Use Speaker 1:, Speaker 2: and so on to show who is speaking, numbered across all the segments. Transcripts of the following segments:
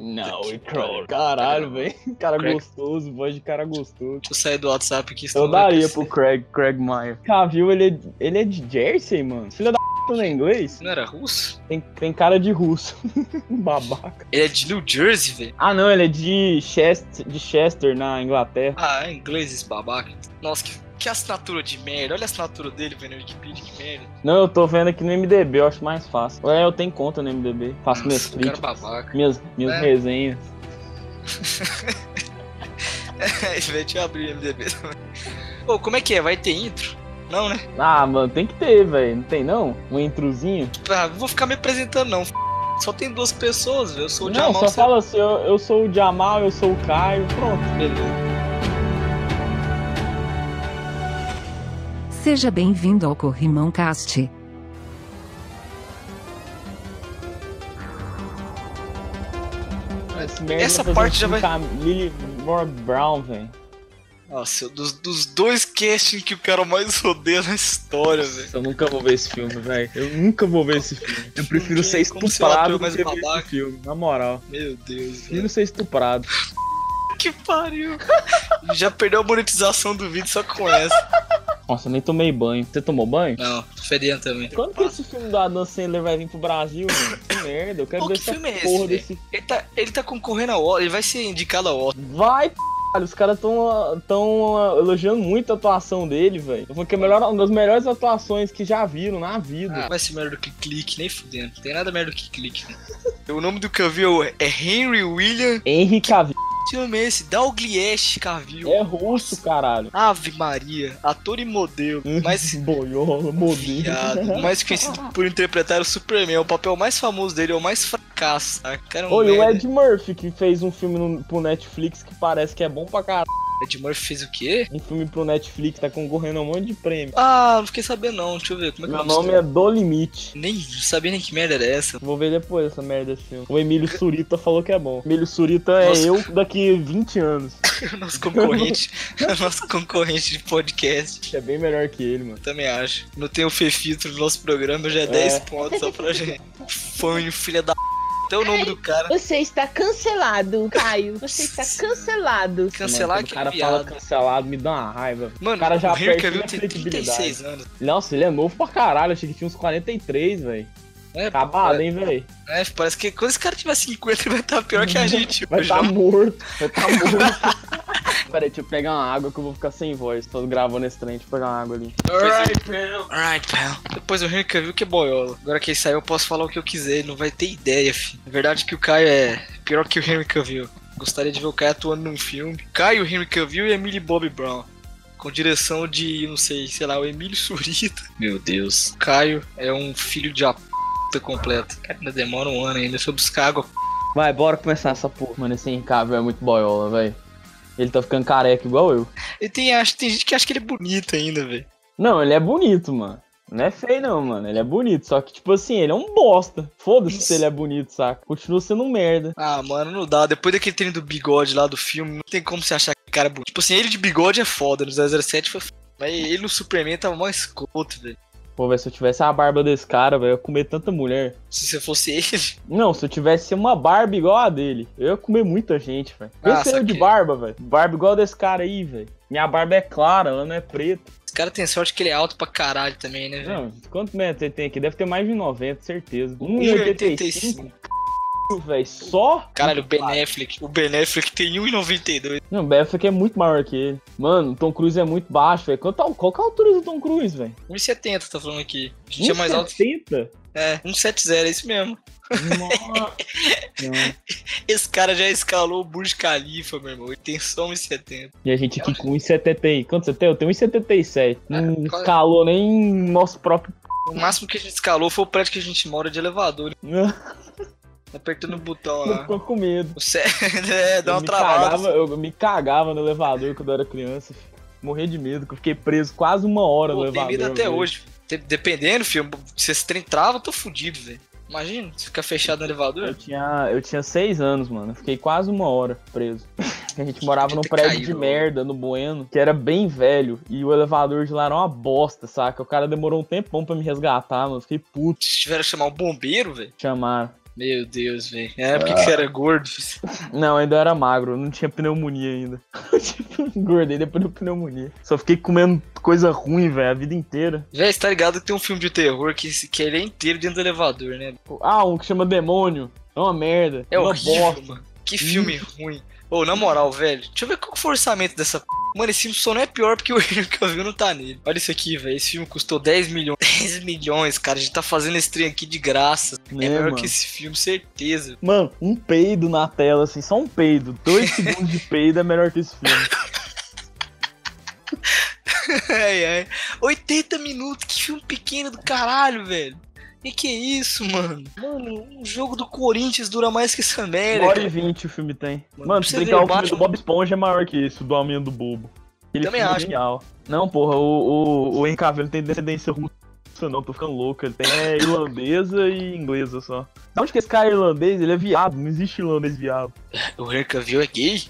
Speaker 1: Não, e crawl. Caralho, velho. Cara
Speaker 2: Craig.
Speaker 1: gostoso, voz de cara gostoso.
Speaker 2: Deixa eu sair do WhatsApp que
Speaker 1: Eu
Speaker 2: senão vai
Speaker 1: daria pro
Speaker 2: aparecer.
Speaker 1: Craig, Craig Meyer. Cavill, ele, é- ele é de Jersey, mano. Filha da p não é inglês?
Speaker 2: Não era russo?
Speaker 1: Tem, tem cara de russo. Babaca.
Speaker 2: Ele é de New Jersey, velho.
Speaker 1: Ah, não, ele é de Chester, de Chester na Inglaterra.
Speaker 2: Ah, é inglês esse babaca. Nossa, que, que assinatura de merda. Olha a assinatura dele, velho, no Wikipedia, que merda.
Speaker 1: Não, eu tô vendo aqui no MDB, eu acho mais fácil. É, eu tenho conta no MDB. Faço minhas
Speaker 2: Nossa, o cara é
Speaker 1: críticas,
Speaker 2: babaca.
Speaker 1: minhas, minhas
Speaker 2: É.
Speaker 1: resenhas.
Speaker 2: É, velho, deixa eu abrir o MDB também. Ô, como é que é? Vai ter intro? Não, né?
Speaker 1: Ah, mano, tem que ter, velho. Não tem não? Um introzinho?
Speaker 2: Ah, não vou ficar me apresentando, não. F***. Só tem duas pessoas, velho. Eu sou o
Speaker 1: não,
Speaker 2: Jamal.
Speaker 1: só
Speaker 2: você-
Speaker 1: fala assim, eu, eu sou o Jamal, eu sou o Caio, pronto.
Speaker 2: Beleza.
Speaker 3: Seja bem-vindo ao Corrimão Cast.
Speaker 1: Esse merda
Speaker 2: Essa
Speaker 1: tá
Speaker 2: parte já
Speaker 1: fazendo
Speaker 2: vai-
Speaker 1: cam- Lily Moore Brown, velho.
Speaker 2: Nossa, dos, dos dois castings que o cara mais odeia na história, velho.
Speaker 1: Eu nunca vou ver esse filme, velho. Eu nunca vou ver esse filme. Eu prefiro
Speaker 2: Como
Speaker 1: ser
Speaker 2: que- como ser o
Speaker 1: estuprado
Speaker 2: ator
Speaker 1: do
Speaker 2: mais
Speaker 1: que ver esse
Speaker 2: babaca?
Speaker 1: filme, na moral.
Speaker 2: Meu Deus, velho.
Speaker 1: Prefiro ser estuprado.
Speaker 2: Que pariu. Já perdeu a monetização do vídeo só com essa.
Speaker 1: Nossa, eu nem tomei banho. Você tomou banho?
Speaker 2: Não, fedendo também.
Speaker 1: Quando que esse filme do Adam Sandler vai vir pro Brasil, mano? Que merda, eu quero
Speaker 2: Pô,
Speaker 1: ver
Speaker 2: que
Speaker 1: essa
Speaker 2: filme é esse,
Speaker 1: porra
Speaker 2: velho?
Speaker 1: desse...
Speaker 2: Ele tá, ele tá concorrendo ao Oscar, ele vai ser indicado ao Oscar.
Speaker 1: Vai, p****, os caras tão, ah, tão ah, elogiando muito a atuação dele, velho. Eu falei que é a melhor- uma das melhores atuações que já viram na vida.
Speaker 2: Ah, vai ser melhor do que clique, nem fudendo. Não tem nada melhor do que clique. né? o nome do Cavill é Henry William.
Speaker 1: Henry Cavill
Speaker 2: Que nome é esse? Dalgliesh Cavill.
Speaker 1: é russo, caralho.
Speaker 2: Ave Maria, ator e modelo.
Speaker 1: Uhum.
Speaker 2: Mas
Speaker 1: Boiola, modelo.
Speaker 2: Viado, mais conhecido por interpretar o Superman, É o papel mais famoso dele é o mais fracasso, tá? Cara, é um
Speaker 1: Oi, o
Speaker 2: merda.
Speaker 1: Ed Murphy, que fez um filme no- pro Netflix que parece que é bom pra caralho.
Speaker 2: Ed Murphy fez o quê?
Speaker 1: Um filme pro Netflix, tá concorrendo a um monte de prêmio.
Speaker 2: Ah, não fiquei sabendo não, deixa eu ver, como é que
Speaker 1: Meu
Speaker 2: eu
Speaker 1: nome é Do Limite.
Speaker 2: Nem sabia nem que merda era essa.
Speaker 1: Vou ver depois essa merda desse filme. O Emílio Surita falou que é bom. Emílio Surita é
Speaker 2: Nossa.
Speaker 1: eu daqui 20 anos.
Speaker 2: O nosso concorrente, o nosso concorrente de podcast,
Speaker 1: É bem melhor que ele, mano.
Speaker 2: também acho. Não tem o Fefiltro no nosso programa, já é, 10 pontos só pra gente. Fã, filha da p***. Até o nome do cara.
Speaker 4: Você está cancelado, Caio. Você está cancelado.
Speaker 2: Cancelar
Speaker 1: Mano,
Speaker 2: Então,
Speaker 1: quando o
Speaker 2: que
Speaker 1: cara
Speaker 2: viado.
Speaker 1: fala cancelado, me dá uma raiva.
Speaker 2: Mano, é
Speaker 1: o cara já
Speaker 2: Henry
Speaker 1: perde
Speaker 2: Cavill
Speaker 1: minha
Speaker 2: tem
Speaker 1: credibilidade.
Speaker 2: 36 anos.
Speaker 1: Nossa, ele é novo pra caralho. Achei que tinha uns 43, velho.
Speaker 2: É,
Speaker 1: Acabado, hein, velho?
Speaker 2: É, parece que quando esse cara tiver 50, ele vai estar pior que a gente
Speaker 1: Vai
Speaker 2: hoje.
Speaker 1: tá
Speaker 2: né?
Speaker 1: morto. Vai tá morto. Peraí, deixa eu pegar uma água que eu vou ficar sem voz. Tô gravando esse trem, deixa eu pegar uma água ali.
Speaker 2: é. Alright, pal. Depois o Henry Cavill que é boiola. Agora que ele saiu, eu posso falar o que eu quiser, ele não vai ter ideia, fi. Na verdade que o Caio é pior que o Henry Cavill. Gostaria de ver o Caio atuando num filme. Caio, Henry Cavill e Emily Bobby Brown. Com direção de, não sei, sei lá, o Emílio Surita. Meu Deus. Caio é um filho de a p*** completo. Cara, ainda demora um ano ainda, se eu buscar água.
Speaker 1: Vai, bora começar essa porra. Mano, esse Henrique é muito boiola, velho. Ele tá ficando careca igual eu.
Speaker 2: E tem, acho, tem gente que acha que ele é bonito ainda, velho.
Speaker 1: Não, ele é bonito, mano. Não é feio, não, mano. Ele é bonito. Só que, tipo assim, ele é um bosta. Foda-se se ele é bonito, saca? Continua sendo um merda.
Speaker 2: Ah, mano, não dá. Depois daquele treino do bigode lá do filme, não tem como você achar que o cara é bonito. Tipo assim, ele de bigode é foda, no 007 foi foda. Mas ele no Superman tava mó escoto, velho.
Speaker 1: Pô, velho, se eu tivesse a barba desse cara, velho, eu ia comer tanta mulher.
Speaker 2: Se você fosse ele.
Speaker 1: Não, se eu tivesse uma barba igual a dele, eu ia comer muita gente, velho.
Speaker 2: Ah,
Speaker 1: Pensa eu de
Speaker 2: saquei.
Speaker 1: barba, velho. Barba igual a desse cara aí, velho. Minha barba é clara, ela não é preta.
Speaker 2: Esse cara tem sorte que ele é alto pra caralho também, né, velho?
Speaker 1: Não, quanto metro ele tem aqui? Deve ter mais de 90, certeza. 1,85,
Speaker 2: 1,85.
Speaker 1: velho. Só?
Speaker 2: Caralho, o Ben Affleck. O Ben Affleck tem 1,92.
Speaker 1: Não, o Befek é muito maior que ele. Mano, o Tom Cruise é muito baixo, velho. Quanto ao- Qual que é a altura do Tom Cruise, velho?
Speaker 2: 1,70, tá falando aqui. A gente é mais alto.
Speaker 1: 1,70?
Speaker 2: É, 1,70, é isso mesmo.
Speaker 1: Nossa. Senhora.
Speaker 2: Esse cara já escalou o Burj Khalifa, meu irmão. Ele tem só 1,70.
Speaker 1: E a gente aqui com 1,70 e... Quanto você tem? Eu tenho 1,77. Não
Speaker 2: É, qual é?
Speaker 1: escalou nem nosso próprio...
Speaker 2: O máximo que a gente escalou foi o prédio que a gente mora de elevador. né?
Speaker 1: Não,
Speaker 2: Apertando o botão lá.
Speaker 1: ficou com medo.
Speaker 2: O Cé- é, dá
Speaker 1: eu
Speaker 2: uma
Speaker 1: me
Speaker 2: travada.
Speaker 1: Cagava, eu me cagava no elevador quando eu era criança. filho. Morria de medo, que eu fiquei preso quase uma hora no
Speaker 2: Pô, tem
Speaker 1: elevador.
Speaker 2: medo até
Speaker 1: velho.
Speaker 2: hoje. filho. Te- Dependendo, filho, se esse trem trava, eu tô fudido, velho. Imagina, se ficar fechado no
Speaker 1: Eu
Speaker 2: elevador.
Speaker 1: tinha, eu tinha seis anos, mano. Eu fiquei quase uma hora preso. A gente morava num
Speaker 2: ter
Speaker 1: prédio
Speaker 2: caído,
Speaker 1: de
Speaker 2: mano.
Speaker 1: merda, no Bueno, que era bem velho. E o elevador de lá era uma bosta, saca? O cara demorou um tempão pra me resgatar, mano. Eu Fiquei puto.
Speaker 2: Se tiver que chamar um bombeiro, velho.
Speaker 1: Chamaram.
Speaker 2: Meu Deus, velho. É, porque que você era gordo?
Speaker 1: Não, ainda era magro, não tinha pneumonia ainda. Eu tipo, engordei depois da pneumonia. Só fiquei comendo coisa ruim, velho, a vida inteira.
Speaker 2: Véi, você tá ligado que tem um filme de terror que, se- que ele é inteiro dentro do elevador, né?
Speaker 1: Ah, um que chama Demônio. É uma merda.
Speaker 2: É
Speaker 1: uma
Speaker 2: horrível, mano. Que filme ruim. Ô, na moral, velho, deixa eu ver qual que foi o orçamento dessa p... Mano, esse filme só não é pior porque o Henry Cavill não tá nele. Olha isso aqui, velho. Esse filme custou 10 milhões. 10 milhões, cara. A gente tá fazendo esse trem aqui de graça.
Speaker 1: Né,
Speaker 2: é melhor
Speaker 1: mano?
Speaker 2: que esse filme, certeza.
Speaker 1: Mano, um peido na tela, assim, só um peido. Dois segundos de peido é melhor que esse filme.
Speaker 2: Ai, ai. 80 minutos, que filme pequeno do caralho, velho. E que é isso, mano? Mano, um jogo do Corinthians dura mais que essa merda.
Speaker 1: Uma hora e
Speaker 2: cara.
Speaker 1: vinte o filme tem.
Speaker 2: Mano,
Speaker 1: Mano,
Speaker 2: pra
Speaker 1: se
Speaker 2: você
Speaker 1: brincar,
Speaker 2: ver,
Speaker 1: o filme do
Speaker 2: Batman-
Speaker 1: Bob Esponja é maior que esse, do Alminha do Bobo. Aquele
Speaker 2: Também
Speaker 1: filme é
Speaker 2: acho.
Speaker 1: genial. Não, porra, o, o, o Encavel não tem descendência russa, não, tô ficando louco. Ele tem é, irlandesa e inglesa só. Da onde que esse cara é irlandês? Ele é viado, não existe irlandês viado.
Speaker 2: O Henry Cavill é gay?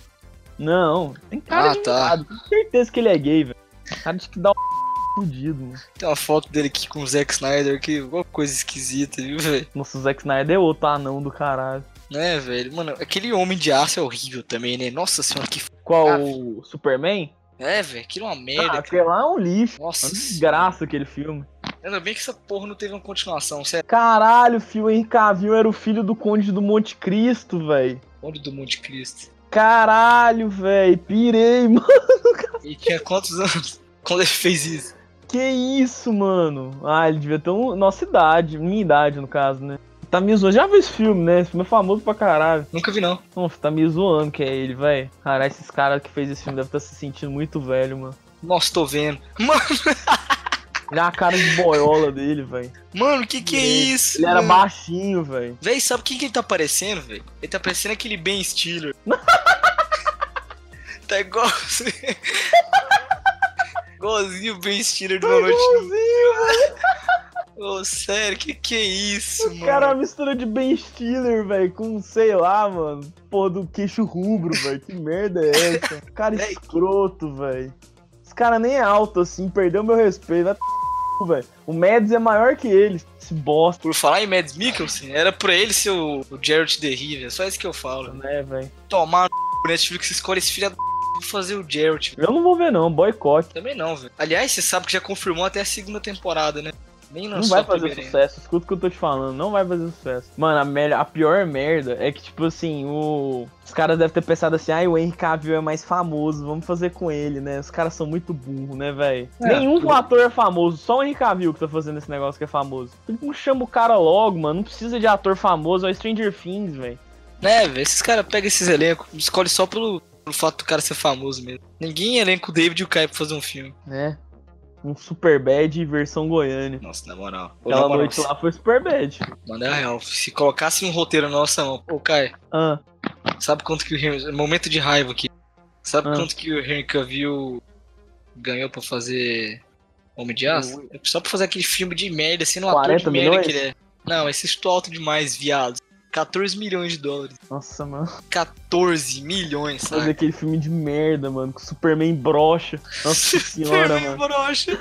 Speaker 1: Não, tem cara
Speaker 2: Ah,
Speaker 1: de
Speaker 2: tá.
Speaker 1: viado. Tenho certeza que ele é gay, velho. Cara de que dá um fudido, mano.
Speaker 2: Tem uma foto dele aqui com o Zack Snyder, que alguma coisa esquisita, viu, velho?
Speaker 1: Nossa, o Zack Snyder é outro anão do caralho.
Speaker 2: Né, velho? Mano, aquele homem de aço é horrível também, né? Nossa senhora, que. f-
Speaker 1: Qual?
Speaker 2: Ah,
Speaker 1: o Superman?
Speaker 2: É, velho, aquilo é uma merda.
Speaker 1: Ah,
Speaker 2: cara.
Speaker 1: aquele lá é um lixo. É
Speaker 2: Nossa.
Speaker 1: uma desgraça aquele filme.
Speaker 2: senhora. Ainda bem que essa porra não teve uma continuação, sério.
Speaker 1: Caralho, filho, o Henry Cavill era o filho do Conde do Monte Cristo, velho.
Speaker 2: Onde do Monte Cristo.
Speaker 1: Caralho, velho, pirei, mano.
Speaker 2: Ele tinha quantos anos quando ele fez isso?
Speaker 1: Que isso, mano? Ah, ele devia ter um... nossa idade, minha idade, no caso, né? Tá me zoando, já viu esse filme, né? Esse filme é famoso pra caralho.
Speaker 2: Nunca vi, não.
Speaker 1: Nossa, tá me zoando que é ele, velho. Caralho, esses caras que fez esse filme devem estar se sentindo muito velho, mano.
Speaker 2: Nossa, tô vendo. Mano,
Speaker 1: Olha a cara de boiola dele, velho.
Speaker 2: mano, que que é
Speaker 1: Ele-
Speaker 2: isso?
Speaker 1: Ele era
Speaker 2: mano?
Speaker 1: baixinho, velho.
Speaker 2: Véi, sabe quem que ele tá parecendo, velho? Ele tá parecendo aquele Ben Stiller. tá igual. Igualzinho o Ben Stiller
Speaker 1: Tá
Speaker 2: do Mamãe um Ô, sério, que que é isso,
Speaker 1: O
Speaker 2: mano?
Speaker 1: cara é uma mistura de Ben Stiller, velho, com sei lá, mano, porra do queixo rubro, velho. Que merda é essa? Cara
Speaker 2: Véi.
Speaker 1: escroto, velho. Esse cara nem é alto assim, perdeu meu respeito. Vai p***, velho. O Mads é maior que ele, esse bosta,
Speaker 2: Por falar em Mads Mikkelsen, era pra ele ser o, o Jared Derry, velho. é Só isso que eu falo.
Speaker 1: né, velho?
Speaker 2: Tomar no né? Netflix, você escolhe esse filho da pra fazer o Jared.
Speaker 1: Eu não vou ver, não, boicote.
Speaker 2: Também não, velho. Aliás, você sabe que já confirmou até a segunda temporada, né? Nem
Speaker 1: Não
Speaker 2: lançou
Speaker 1: vai
Speaker 2: a
Speaker 1: fazer
Speaker 2: primeira ainda.
Speaker 1: sucesso, escuta o que eu tô te falando, não vai fazer sucesso. Mano, a, melhor, a pior merda é que, tipo assim, o... os caras devem ter pensado assim, ai, o Henry Cavill é mais famoso, vamos fazer com ele, né? Os caras são muito burros, né, velho?
Speaker 2: É,
Speaker 1: Nenhum
Speaker 2: tudo.
Speaker 1: ator é famoso, só o Henry Cavill que tá fazendo esse negócio que é famoso. Não chama o cara logo, mano, não precisa de ator famoso, é o Stranger Things, velho.
Speaker 2: Né, velho? Esses caras pegam esses elencos, escolhe só pelo, pelo fato do cara ser famoso mesmo. Ninguém elenca o David e o Kai pra fazer um filme.
Speaker 1: Né? Um Superbad versão Goiânia.
Speaker 2: Nossa, na moral. Ô, na
Speaker 1: Aquela
Speaker 2: moral,
Speaker 1: noite lá foi Superbad.
Speaker 2: Mano, é real. Se colocasse um roteiro na nossa mão, ô, Kai,
Speaker 1: Ah,
Speaker 2: Sabe quanto que o Henry... Momento de raiva aqui. Sabe
Speaker 1: Ah.
Speaker 2: quanto que o Henry Cavill ganhou pra fazer Homem de Aço? Só pra fazer aquele filme de merda, sendo um ator
Speaker 1: 40
Speaker 2: de merda
Speaker 1: milhões?
Speaker 2: que ele é. Não, esse estou alto demais, viado. 14 milhões de dólares.
Speaker 1: nossa, mano.
Speaker 2: 14 milhões,
Speaker 1: Fazer
Speaker 2: sabe?
Speaker 1: aquele filme de merda, mano, com Superman brocha. Nossa senhora, mano.
Speaker 2: broxa.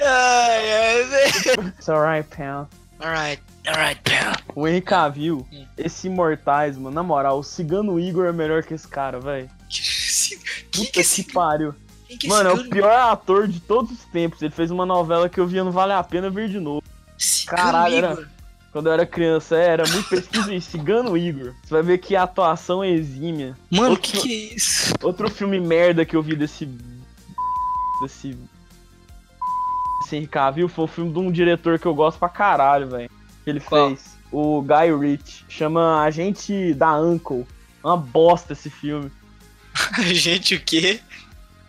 Speaker 2: ai, ai, velho.
Speaker 1: It's alright, pal.
Speaker 2: Alright, alright, pal.
Speaker 1: O Henry Cavill,
Speaker 2: Hum.
Speaker 1: esse Imortais, mano, na moral, o Cigano Igor é melhor que esse cara, velho.
Speaker 2: Que, esse- que,
Speaker 1: Puta
Speaker 2: que esse...
Speaker 1: que pariu.
Speaker 2: Que que
Speaker 1: Mano, é
Speaker 2: esse
Speaker 1: o pior ator de todos os tempos. Ele fez uma novela que eu via, não vale a pena ver de novo.
Speaker 2: Cigano
Speaker 1: caralho, né? era-
Speaker 2: Igor?
Speaker 1: Quando eu era criança, é, era muito pesquisa aí, Cigano Igor. Você vai ver que a atuação é exímia.
Speaker 2: Mano,
Speaker 1: Outro-
Speaker 2: que que é isso?
Speaker 1: Outro filme merda que eu vi desse. desse. desse Henry Cavill foi o filme de um diretor que eu gosto pra caralho, velho. Que ele
Speaker 2: Qual?
Speaker 1: fez. O Guy Ritchie. Chama Agente da Uncle. Uma bosta esse filme.
Speaker 2: Gente, o quê?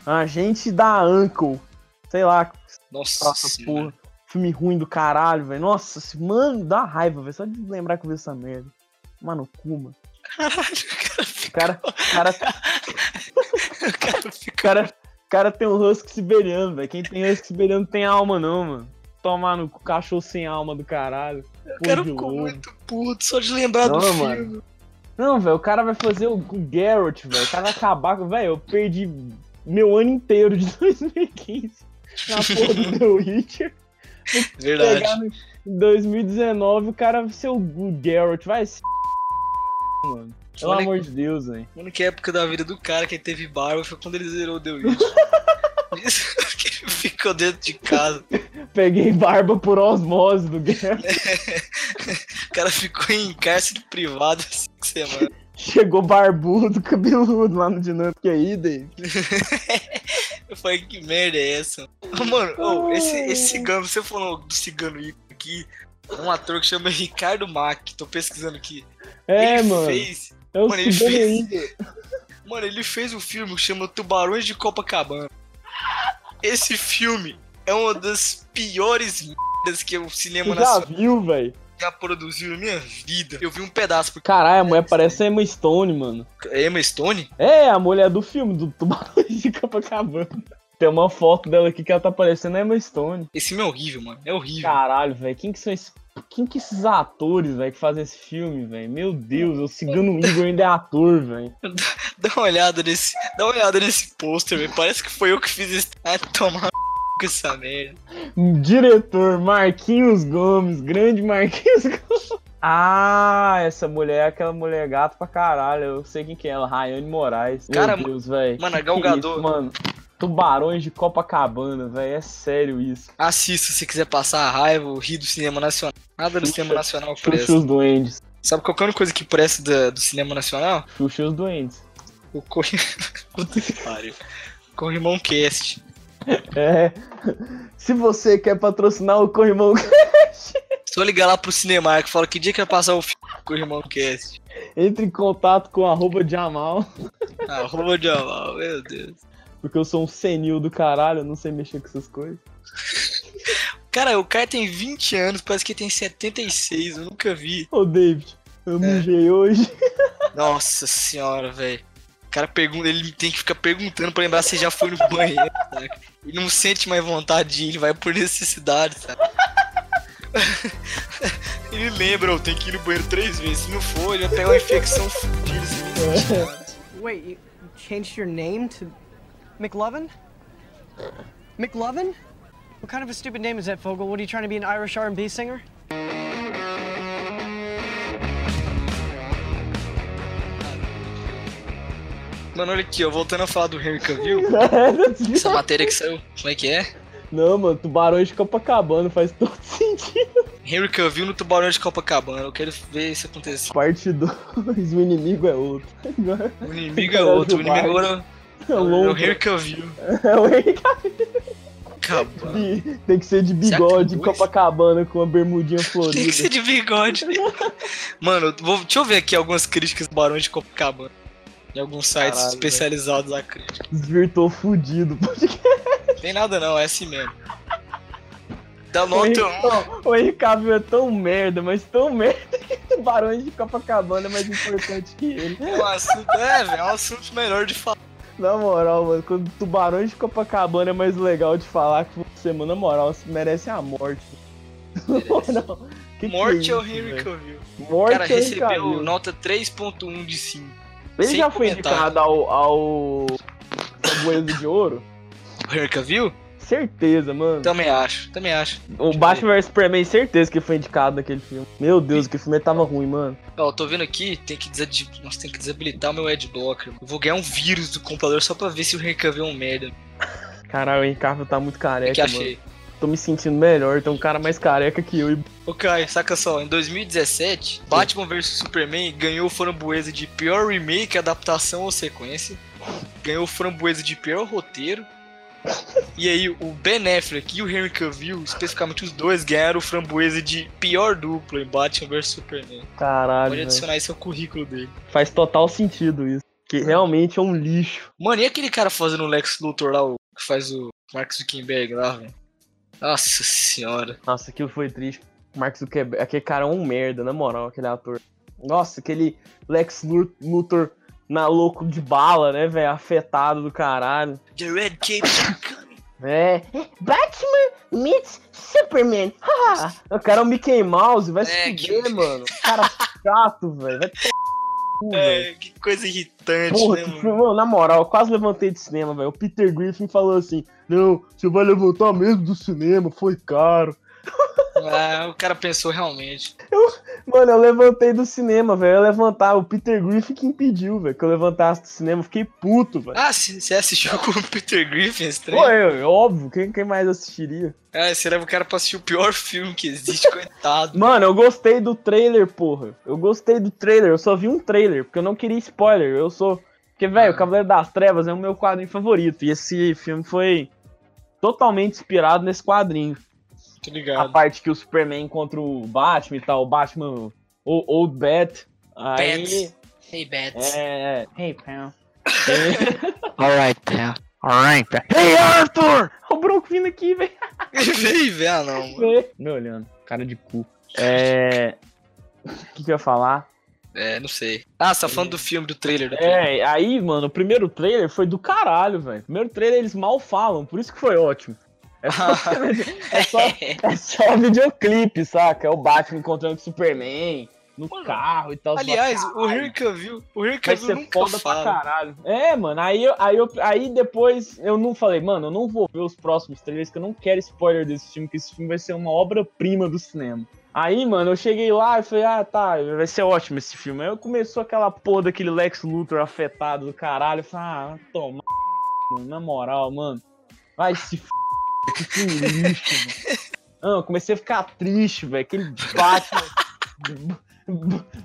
Speaker 1: Agente da Uncle. Sei lá,
Speaker 2: Nossa, né?
Speaker 1: nossa,
Speaker 2: senhora.
Speaker 1: porra. Filme ruim do caralho, velho. Nossa, esse- mano, dá raiva, velho. Só de lembrar que eu vi essa merda. Mano, Kuma. O cara, o cara,
Speaker 2: O cara fica
Speaker 1: o cara, o cara tem um husky siberiano, velho. Quem tem husky siberiano não tem alma, não, mano. Tomar no cu, cachorro sem alma do caralho.
Speaker 2: O cara
Speaker 1: Porra de
Speaker 2: ficou
Speaker 1: lobo.
Speaker 2: muito puto só de lembrar
Speaker 1: Não,
Speaker 2: do
Speaker 1: mano.
Speaker 2: filme.
Speaker 1: Não, velho, o cara vai fazer o, o Garrett, velho. O cara vai acabar com. Velho, eu perdi meu ano inteiro de 2015 na porra do The Witcher.
Speaker 2: Verdade.
Speaker 1: Pegar no- em 2019 o cara ser o Garrett, vai se. Mano. Pelo
Speaker 2: Olha-
Speaker 1: amor de Deus, hein?
Speaker 2: A única época da vida do cara que teve barba foi quando ele zerou o The Witch. Isso que ele ficou dentro de casa.
Speaker 1: Peguei barba por osmose do Garrett.
Speaker 2: O cara ficou em cárcere privado assim, cinco semanas.
Speaker 1: Chegou barbudo, cabeludo lá no Dinâmica aí, Dave.
Speaker 2: Eu falei, que merda é essa? Ô, Mano, ô, esse, esse cigano, você falou do cigano Ico aqui, um ator que chama Ricardo Mack, tô pesquisando aqui.
Speaker 1: É,
Speaker 2: ele
Speaker 1: mano.
Speaker 2: Fez,
Speaker 1: É o
Speaker 2: mano, ele
Speaker 1: cigano
Speaker 2: fez-
Speaker 1: aí.
Speaker 2: mano, ele fez um filme que chama Tubarões de Copacabana. Esse filme é uma das piores merdas que o cinema
Speaker 1: Tu já
Speaker 2: nacional
Speaker 1: viu, velho?
Speaker 2: já produziu na minha vida. Eu vi um pedaço, porque
Speaker 1: Caralho, a mulher parece a Emma Stone, mano.
Speaker 2: é Emma Stone?
Speaker 1: É, a mulher do filme, do Tubarão de Copacabana. Tem uma foto dela aqui que ela tá parecendo a Emma Stone.
Speaker 2: Esse filme é horrível, mano. É horrível.
Speaker 1: Caralho, velho, quem que são esses... Quem que esses atores, velho, que fazem esse filme, velho? Meu Deus, o Cigano Igor ainda é ator, velho.
Speaker 2: Dá uma olhada nesse. Dá uma olhada nesse pôster, velho. Parece que foi eu que fiz esse. Ai, tomar com essa merda.
Speaker 1: Um Diretor, Marquinhos Gomes, grande Marquinhos Gomes. Ah, essa mulher é aquela mulher gata pra caralho. Eu sei quem que é ela, Rayane Moraes.
Speaker 2: Cara,
Speaker 1: Meu Deus, velho.
Speaker 2: mano, a
Speaker 1: Que que
Speaker 2: Gal
Speaker 1: é
Speaker 2: Gadot-
Speaker 1: isso, Mano, tubarões de Copacabana, velho, é sério isso.
Speaker 2: Assista se quiser passar a raiva ou rir do cinema nacional. Nada do
Speaker 1: Xuxa.
Speaker 2: cinema nacional
Speaker 1: Xuxa
Speaker 2: presta.
Speaker 1: os duendes.
Speaker 2: Sabe qual que é a única coisa que presta da- do cinema nacional?
Speaker 1: Xuxa os duendes.
Speaker 2: O Corri. Puta que pariu. Corrimão Cast.
Speaker 1: É. Se você quer patrocinar o Corrimão
Speaker 2: Só ligar lá pro Cinemark e fala que dia que vai passar o filme do Corrimão Cast.
Speaker 1: Entre em contato com arroba Jamal,
Speaker 2: Ah, rouba de aval, meu Deus.
Speaker 1: porque eu sou um senil do caralho, eu não sei mexer com essas coisas.
Speaker 2: Cara, o cara tem 20 anos, parece que tem 76, eu nunca vi.
Speaker 1: Ô, David, eu mijei hoje.
Speaker 2: Nossa senhora, velho. O cara pergunta, ele tem que ficar perguntando pra lembrar se já foi no banheiro, saca? Ele não sente mais vontade de ir, ele vai por necessidade, sabe? ele lembra, eu tenho que ir no banheiro três vezes. Se não for, ele vai pegar uma infecção fudida. assim.
Speaker 5: Wait, you you changed your name to McLovin? McLovin? What kind of a stupid name is that, Fogel? What are you trying to be an Irish R&B singer?
Speaker 2: Mano, olha aqui, ó, voltando a falar do Henry Cavill, essa matéria que saiu, como é que é?
Speaker 1: não, mano, tubarões de Copacabana faz todo sentido.
Speaker 2: Henry Cavill no Tubarão de Copacabana, eu quero ver isso acontecer.
Speaker 1: Parte 2, o inimigo é outro. Agora
Speaker 2: O inimigo é outro, o inimigo agora
Speaker 1: é
Speaker 2: é o
Speaker 1: louco.
Speaker 2: Henry Cavill.
Speaker 1: É o Henrique
Speaker 2: Acabou.
Speaker 1: Cavill. Tem que ser de
Speaker 2: Será que
Speaker 1: bigode em
Speaker 2: dois?
Speaker 1: Copacabana com uma bermudinha
Speaker 2: Tem que
Speaker 1: florida.
Speaker 2: ser de bigode. Mano, eu vou, deixa eu ver aqui algumas críticas do Barão de Copacabana. Em alguns sites
Speaker 1: Caralho,
Speaker 2: especializados à crítica.
Speaker 1: Desvirtou fudido.
Speaker 2: Tem nada não, é assim mesmo. Dá um
Speaker 1: O Henrique-
Speaker 2: nota
Speaker 1: não,
Speaker 2: 1.
Speaker 1: o Henrique Cavill é tão merda, mas tão merda que o Barões de Copacabana é mais importante que ele.
Speaker 2: O assunto é, velho, é um assunto melhor de falar.
Speaker 1: Na moral, mano, quando Tubarões de Copacabana é mais legal de falar que você, mano, na moral, você merece a morte. Não, que que
Speaker 2: Morte é o
Speaker 1: isso,
Speaker 2: Henry
Speaker 1: velho?
Speaker 2: Cavill. O
Speaker 1: Morte
Speaker 2: cara
Speaker 1: é o Henrique
Speaker 2: recebeu
Speaker 1: Cavill.
Speaker 2: nota 3.1 de 5.
Speaker 1: Ele
Speaker 2: sem
Speaker 1: já foi
Speaker 2: comentário.
Speaker 1: indicado ao, ao Tabuleiro de Ouro?
Speaker 2: O Henry Cavill?
Speaker 1: Certeza, mano.
Speaker 2: Também acho, também acho.
Speaker 1: o Batman vs Superman, certeza que foi indicado naquele filme. Meu Deus, que filme tava ruim, mano.
Speaker 2: Ó, eu tô vendo aqui, tem que, desad... Nossa, tem que desabilitar o meu adblocker. Eu vou ganhar um vírus do computador só pra ver se o Henry Cavill é um merda.
Speaker 1: Caralho, o Henrique Cavill tá muito
Speaker 2: É,
Speaker 1: careca,
Speaker 2: que
Speaker 1: mano.
Speaker 2: achei.
Speaker 1: Tô me sentindo melhor, tem um cara mais careca que eu. E...
Speaker 2: Ô Caio, saca só, em 2017, Batman vs Superman ganhou o framboesa de pior remake, adaptação ou sequência, ganhou o framboesa de pior roteiro, e aí o Ben Affleck e o Henry Cavill, especificamente os dois, ganharam o framboesa de pior dupla em Batman vs Superman.
Speaker 1: Caralho,
Speaker 2: Pode
Speaker 1: velho.
Speaker 2: adicionar isso ao currículo dele.
Speaker 1: faz total sentido isso. Que
Speaker 2: Hum.
Speaker 1: realmente é um lixo.
Speaker 2: Mano, e aquele cara fazendo o Lex Luthor lá, o que faz o Mark Zuckerberg lá, velho? Nossa senhora.
Speaker 1: Nossa, aquilo foi triste. Mark Zuckerberg, aquele cara é um merda, na moral, aquele ator. Nossa, aquele Lex Lur- Luthor na louco de bala, né, velho? Afetado do caralho.
Speaker 2: The Red Cape.
Speaker 1: É.
Speaker 4: Batman meets Superman.
Speaker 1: Ah, eu quero o Mickey Mouse, vai
Speaker 2: É,
Speaker 1: se
Speaker 2: que-
Speaker 1: fuder, mano. Cara chato, velho. Vai tomar no cu, velho.
Speaker 2: É, que coisa irritante,
Speaker 1: Porra,
Speaker 2: né,
Speaker 1: que
Speaker 2: mano?
Speaker 1: filme, mano, na moral, eu quase levantei do cinema, velho. O Peter Griffin falou assim: Não, você vai levantar mesmo do cinema, foi caro.
Speaker 2: Ah, o cara pensou realmente.
Speaker 1: Mano, eu levantei do cinema, velho. Eu ia levantar, o Peter Griffin que impediu, velho, que eu levantasse do cinema. Eu Fiquei puto, velho.
Speaker 2: Ah, c- você assistiu com o Peter Griffin esse trem?
Speaker 1: Pô, eu, eu- óbvio, quem, quem mais assistiria?
Speaker 2: Ah, você leva o cara pra assistir o pior filme que existe, coitado.
Speaker 1: Mano, eu gostei do trailer, porra. Eu gostei do trailer, eu só vi um trailer, porque eu não queria spoiler. Eu sou. Porque, velho, o Cavaleiro das Trevas é o meu quadrinho favorito. E esse filme foi totalmente inspirado nesse quadrinho.
Speaker 2: Tô
Speaker 1: A
Speaker 2: tá ligado.
Speaker 1: parte que o Superman contra o Batman e tal, o Batman, o Old Bat. Aí.
Speaker 2: Bats. Hey, Bats.
Speaker 1: É, é. Hey, pal.
Speaker 2: Alright, pal. Alright, pal.
Speaker 1: hey, Arthur! O Bronco vindo aqui, velho.
Speaker 2: Vem, vem, ah, não, mano.
Speaker 1: Me olhando, cara de cu. É. O que, que eu ia falar?
Speaker 2: É, não sei. Ah, você tá falando do filme, do trailer. Do trailer.
Speaker 1: É, aí, mano, o primeiro trailer foi do caralho, velho. O primeiro trailer eles mal falam, por isso que foi ótimo. É só, é só, é só videoclipe, saca? É o Batman encontrando com o Superman, no carro e tal.
Speaker 2: Aliás,
Speaker 1: só,
Speaker 2: o Henry Cavill, o Henry
Speaker 1: Vai
Speaker 2: Cavill
Speaker 1: ser
Speaker 2: nunca
Speaker 1: foda pra
Speaker 2: fala.
Speaker 1: caralho. É, mano, aí, eu- aí, eu- aí depois eu não falei, mano, eu não vou ver os próximos trailers, que eu não quero spoiler desse filme, que esse filme vai ser uma obra-prima do cinema. Aí, mano, eu cheguei lá e falei, ah, tá, vai ser ótimo esse filme. Aí eu começou aquela porra daquele Lex Luthor afetado do caralho. Eu falei, ah, toma, mano, na moral, mano. Vai se f... que filme lixo, mano. Ah, eu comecei a ficar triste, velho, aquele Batman...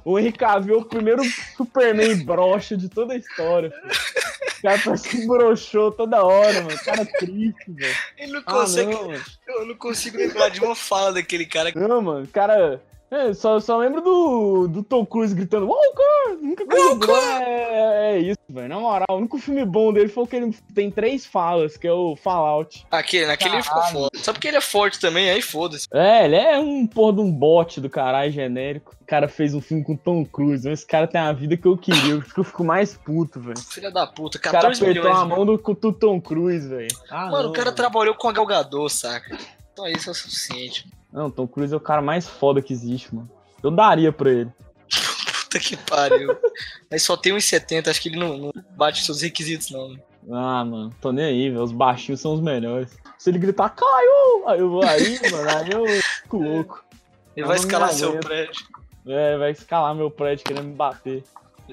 Speaker 1: O Henry Cavill é o primeiro Superman broxa de toda a história. filho. O cara parece que broxou toda hora, mano. O Cara é triste, velho.
Speaker 2: Ele não
Speaker 1: Ah,
Speaker 2: consegue.
Speaker 1: não, mano.
Speaker 2: eu não consigo lembrar de uma fala daquele cara.
Speaker 1: Não, mano. O cara... É, só, só lembro do, do Tom Cruise gritando Walker! Nunca coisa boa é, é isso, velho. Na moral, o único filme bom dele foi o que ele tem três falas, que é o Fallout.
Speaker 2: Aquele, naquele ele ficou foda. Só porque ele é forte também, aí foda-se.
Speaker 1: É, ele é um porra de um bote do caralho genérico. O cara fez um filme com o Tom Cruise, mas esse cara tem a vida que eu queria, por isso que eu fico mais puto, velho.
Speaker 2: Filha da puta,
Speaker 1: O cara
Speaker 2: 14
Speaker 1: apertou
Speaker 2: Tá milhões.
Speaker 1: a mão do, do Tom Cruise, velho. Ah,
Speaker 2: Mano,
Speaker 1: não,
Speaker 2: o cara
Speaker 1: velho.
Speaker 2: trabalhou com a Galgador, saca? Então isso é o suficiente.
Speaker 1: Não, Tom Cruise é o cara mais foda que existe, mano. Eu daria pra ele.
Speaker 2: Puta que pariu. Mas só tem 1,70, acho que ele não, não bate seus requisitos, não.
Speaker 1: Ah, mano, tô nem aí, velho. Os baixinhos são os melhores. Se ele gritar, caiu! Aí eu vou aí, mano, aí eu fico louco.
Speaker 2: Ele
Speaker 1: Eu
Speaker 2: vai
Speaker 1: não me
Speaker 2: escalar seu
Speaker 1: aguento.
Speaker 2: prédio.
Speaker 1: É, vai escalar meu prédio querendo me bater.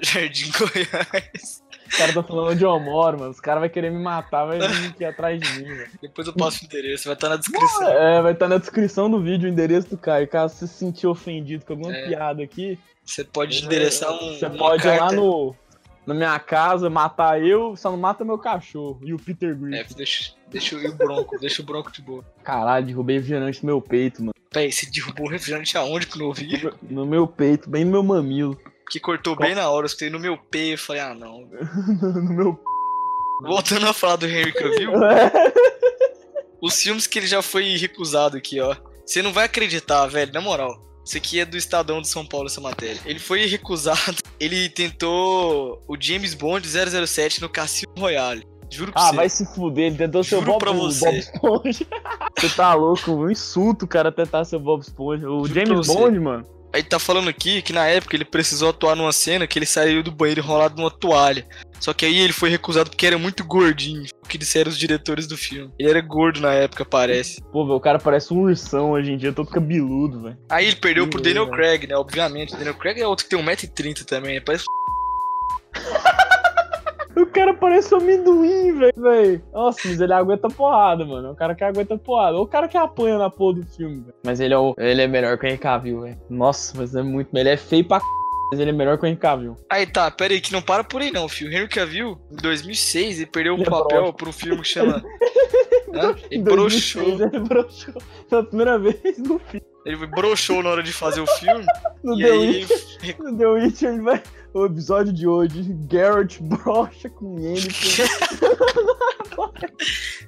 Speaker 2: Jardim Goiás.
Speaker 1: Os caras tão falando onde eu moro, mano. Os caras vão querer me matar, vai vir aqui atrás de mim, velho.
Speaker 2: Depois eu passo o endereço, vai estar na descrição.
Speaker 1: É, vai estar na descrição do vídeo o endereço do Caio. Caso você se sentir ofendido com alguma
Speaker 2: É.
Speaker 1: piada aqui,
Speaker 2: Você pode endereçar um.
Speaker 1: É, você
Speaker 2: uma
Speaker 1: pode ir lá
Speaker 2: carta-
Speaker 1: no, na minha casa, matar eu, só não mata meu cachorro e o Peter Griffin.
Speaker 2: É, deixa, deixa o e o Bronco, deixa o Bronco de boa.
Speaker 1: Caralho, derrubei o refrigerante no meu peito, mano.
Speaker 2: Peraí, você derrubou o refrigerante aonde que eu não ouvi?
Speaker 1: No meu peito, bem no meu mamilo.
Speaker 2: Que cortou bem na hora, eu escutei no meu P e falei, ah não.
Speaker 1: no meu p.
Speaker 2: Voltando a falar do Henry Cavill, os filmes que ele já foi recusado aqui, ó. Você não vai acreditar, velho, na moral. Isso aqui é do Estadão de São Paulo, essa matéria. Ele foi recusado. Ele tentou o James Bond 007 no Cassino Royale. Juro pra
Speaker 1: ah,
Speaker 2: você.
Speaker 1: vai se fuder, ele tentou ser o
Speaker 2: Juro
Speaker 1: Bob,
Speaker 2: pra
Speaker 1: o
Speaker 2: você.
Speaker 1: Bob Esponja. você tá louco, um insulto o cara tentar ser o Bob Esponja. O
Speaker 2: Juro
Speaker 1: James
Speaker 2: pra você.
Speaker 1: Bond, mano.
Speaker 2: Aí tá falando aqui que na época ele precisou atuar numa cena que ele saiu do banheiro enrolado numa toalha. Só que aí ele foi recusado porque era muito gordinho, o que disseram os diretores do filme. Ele era gordo na época, parece.
Speaker 1: Pô, velho, o cara parece um ursão hoje em dia, todo cabeludo, velho.
Speaker 2: Aí ele perdeu pro
Speaker 1: Ih, é.
Speaker 2: Daniel
Speaker 1: velho.
Speaker 2: Craig, né? Obviamente. Daniel Craig é outro que tem 1,30m também, né? parece
Speaker 1: O cara parece um amendoim, velho, velho. Nossa, mas ele aguenta porrada, mano. É O cara que aguenta porrada. É O cara que apanha na porra do filme, velho. Mas ele é, o- ele é melhor que o Henry Cavill, velho. Nossa, mas é muito. Ele é feio pra c... mas ele é melhor que o Henry Cavill.
Speaker 2: Aí tá, pera aí, que não para por aí não, filho. Henry Cavill, em 2006, ele perdeu o
Speaker 1: Ele é
Speaker 2: papel
Speaker 1: broxa.
Speaker 2: pra um filme que chama... Hã?
Speaker 1: 2006,
Speaker 2: Ele broxou.
Speaker 1: Ele É? broxou. Pela primeira vez no filme.
Speaker 2: Ele broxou na hora de fazer o filme.
Speaker 1: No
Speaker 2: e
Speaker 1: The
Speaker 2: aí
Speaker 1: Witch.
Speaker 2: ele
Speaker 1: No The Witch, ele vai. O episódio de hoje, Garrett brocha com ele.
Speaker 2: Só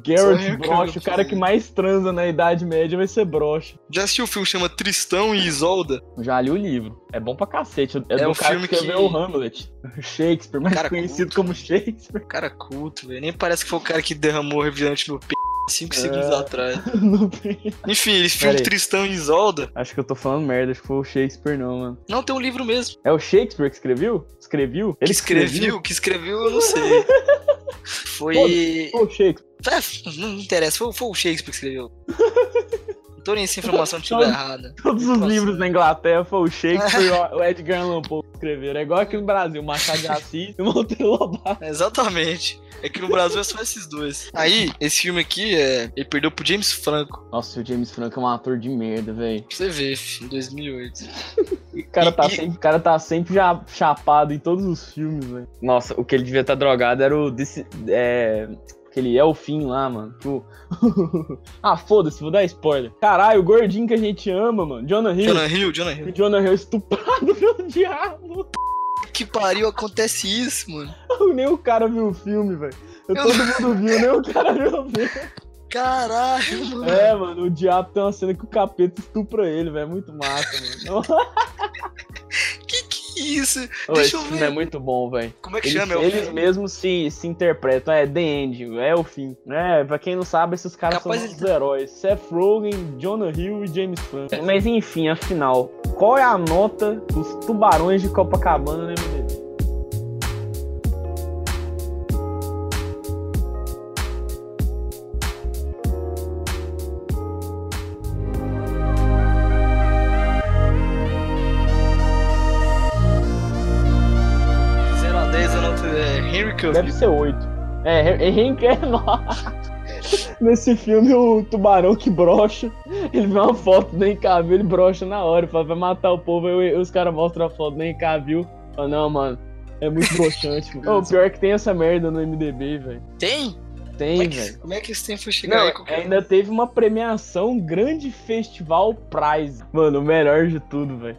Speaker 1: Garrett
Speaker 2: eu que
Speaker 1: brocha,
Speaker 2: não
Speaker 1: o cara
Speaker 2: sei.
Speaker 1: que mais transa na Idade Média vai ser brocha.
Speaker 2: Já assistiu o filme que chama Tristão e Isolda?
Speaker 1: Já li o livro. É bom pra cacete. É,
Speaker 2: É
Speaker 1: do
Speaker 2: um
Speaker 1: cara
Speaker 2: filme
Speaker 1: que escreveu
Speaker 2: que-
Speaker 1: o Hamlet. Shakespeare, mais
Speaker 2: Cara
Speaker 1: conhecido
Speaker 2: culto.
Speaker 1: como Shakespeare.
Speaker 2: Cara culto, velho. Nem parece que foi o cara que derramou o refrigerante no p... 5
Speaker 1: É.
Speaker 2: segundos atrás.
Speaker 1: Não tem-
Speaker 2: Enfim, esse
Speaker 1: Pera
Speaker 2: filme
Speaker 1: aí.
Speaker 2: Tristão e Isolda.
Speaker 1: Acho que eu tô falando merda, acho que foi o Shakespeare não, mano.
Speaker 2: Não, tem um livro mesmo.
Speaker 1: É o Shakespeare que escreveu? Escreveu?
Speaker 2: que escreveu, que escreveu, eu não sei. Foi.
Speaker 1: Foi O Shakespeare.
Speaker 2: É, não interessa, foi, foi o Shakespeare que escreveu. Censurem essa informação que estiver errada.
Speaker 1: Todos os livros na Inglaterra foi o Shakespeare e o- o Edgar Allan Poe que escreveram. É igual aqui no Brasil, Machado de Assis e Monteiro Lobato.
Speaker 2: Exatamente. É que no Brasil é só esses dois. Aí, esse filme aqui, é... ele perdeu pro James Franco.
Speaker 1: Nossa, o James Franco é um ator de merda, velho.
Speaker 2: Pra você ver, fi, em 2008.
Speaker 1: O cara tá
Speaker 2: E- e-
Speaker 1: sempre, o cara tá sempre já chapado em todos os filmes, velho. Nossa, o que ele devia estar drogado era o desse, é, aquele elfinho lá, mano. Tipo, ah, foda-se, vou dar spoiler. Caralho, o gordinho que a gente ama, mano. Jonah Hill.
Speaker 2: Jonah Hill, Jonah Hill.
Speaker 1: O Jonah Hill é estuprado pelo diabo.
Speaker 2: Que pariu, acontece isso, mano.
Speaker 1: Nem o cara viu o filme, velho. Eu-
Speaker 2: Eu-
Speaker 1: Todo mundo viu, nem o cara viu o filme.
Speaker 2: Caralho, mano.
Speaker 1: É, mano, o diabo tem uma cena que o capeta estupra ele, velho. É muito massa, mano.
Speaker 2: Que que é isso?
Speaker 1: Ô,
Speaker 2: Deixa
Speaker 1: esse
Speaker 2: eu
Speaker 1: filme
Speaker 2: ver.
Speaker 1: é muito bom, velho.
Speaker 2: Como é que
Speaker 1: Eles,
Speaker 2: chama? É o-
Speaker 1: eles mesmos se, se interpretam, é The End, é o fim. É, pra quem não sabe, esses caras
Speaker 2: Capaz
Speaker 1: são
Speaker 2: de-
Speaker 1: os heróis. Seth Rogen, Jonah Hill e James Franco. Mas enfim, afinal, qual é a nota dos tubarões de Copacabana, né, menino?
Speaker 2: De 0 a 10 a nota é
Speaker 1: Deve
Speaker 2: Henry Cavill.
Speaker 1: ser oito. É, Henrique é nós. Nesse filme, o tubarão que brocha, ele vê uma foto do Henrique ele brocha na hora, fala, vai matar o povo, aí os caras mostram a foto do Henrique Fala, não, mano, é muito broxante, mano. Ô, pior que tem essa merda no MDB, velho.
Speaker 2: Tem? Como é,
Speaker 1: Tem,
Speaker 2: que,
Speaker 1: velho.
Speaker 2: como é que esse tempo foi chegar
Speaker 1: Não,
Speaker 2: aí? Qualquer...
Speaker 1: ainda teve uma premiação, um grande festival prize. Mano, o melhor de tudo, velho.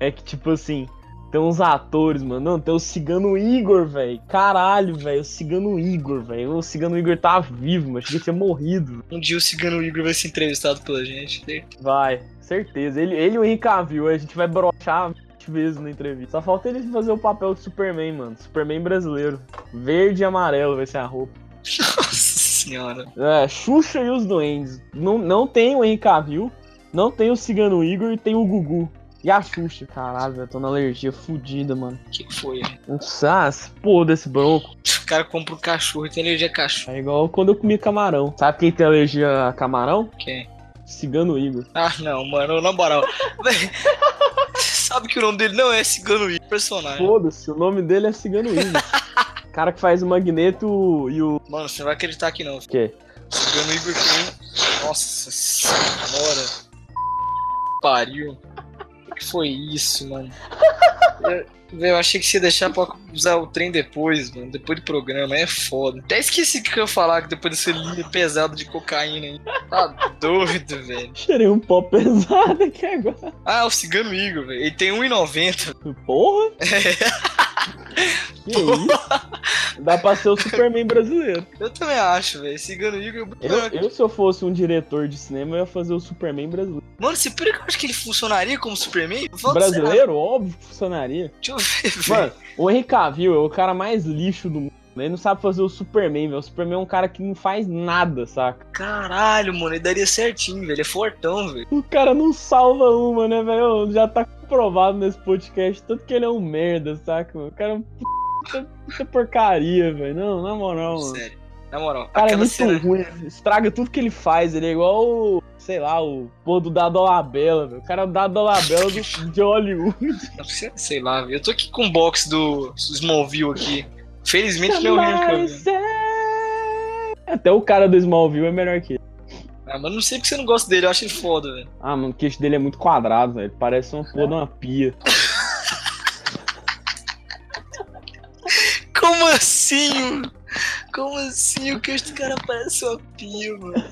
Speaker 1: É que, tipo assim, tem uns atores, mano. Não, tem o Cigano Igor, velho. Caralho, velho. O Cigano Igor, velho. O Cigano Igor tá vivo, mas achei que tinha morrido.
Speaker 2: Um dia o Cigano Igor vai ser entrevistado pela gente. né?
Speaker 1: Vai, certeza. Ele, ele e o Henrique Cavill, a gente vai brochar 20 vezes na entrevista. Só falta ele fazer o papel do Superman, mano. Superman brasileiro. Verde e amarelo vai ser a roupa.
Speaker 2: Nossa senhora.
Speaker 1: É, Xuxa e os Duendes. Não, não tem o Henrique Cavill, não tem o Cigano Igor e tem o Gugu. E a Xuxa. Caralho, velho, tô na alergia fudida, mano.
Speaker 2: O que que foi?
Speaker 1: Um sas, pô, desse bronco.
Speaker 2: O cara compra um cachorro e tem alergia a cachorro.
Speaker 1: É igual quando eu comi camarão. Sabe quem tem alergia a camarão?
Speaker 2: Quem?
Speaker 1: Cigano Igor.
Speaker 2: Ah, não, mano, na moral. Véi, Sabe que o nome dele não é Cigano Igor, personagem.
Speaker 1: Foda-se, o nome dele é Cigano Igor. O cara que faz o magneto e o.
Speaker 2: Mano, você não vai acreditar aqui não.
Speaker 1: O quê?
Speaker 2: Cigano Igor tem. Nossa senhora. Pariu. O que foi isso, mano? Eu, véi, eu achei que você ia deixar pra usar o trem depois, mano. Depois do programa, é foda. Até esqueci o que eu ia falar que depois desse linha pesado de cocaína aí. Tá doido, velho.
Speaker 1: Cheirei um pó pesado aqui agora.
Speaker 2: Ah, o Cigano Igor, velho. Ele tem 1,90.
Speaker 1: Porra! que isso? Dá pra ser o Superman brasileiro.
Speaker 2: Eu também acho, velho. Cigano Igor. é
Speaker 1: Eu, eu, se eu fosse um diretor de cinema, eu ia fazer o Superman brasileiro.
Speaker 2: Mano, se por que eu acho que ele funcionaria como Superman? Vamos
Speaker 1: brasileiro? Óbvio que funcionaria.
Speaker 2: Deixa eu ver, velho.
Speaker 1: Mano, o Henry Cavill é o cara mais lixo do mundo. né? Ele não sabe fazer o Superman, velho. O Superman é um cara que não faz nada, saca?
Speaker 2: Caralho, mano, ele daria certinho, velho. Ele é fortão, velho.
Speaker 1: O cara não salva uma, né, velho? Já tá comprovado nesse podcast. Tanto que ele é um merda, saca? mano? O cara é um puta, puta porcaria, velho. Não, na moral, mano.
Speaker 2: Sério. Na moral,
Speaker 1: O cara é
Speaker 2: aquela
Speaker 1: muito
Speaker 2: cena.
Speaker 1: ruim, estraga tudo que ele faz, ele é igual o, sei lá, o pô do Dado Labella, velho. O cara é o Dado Labella do, de Hollywood.
Speaker 2: Sei lá, velho. Eu tô aqui com o box do Smallville aqui. Felizmente meu Henry
Speaker 1: Mas é- Até o cara do Smallville é melhor que ele.
Speaker 2: Ah, mas não sei porque você não gosta dele, eu acho ele foda, velho.
Speaker 1: Ah, mano, o queixo dele é muito quadrado, velho. Ele Parece uma porra de uma pia.
Speaker 2: Como assim, mano? Como assim? O que esse cara parece uma pia, mano?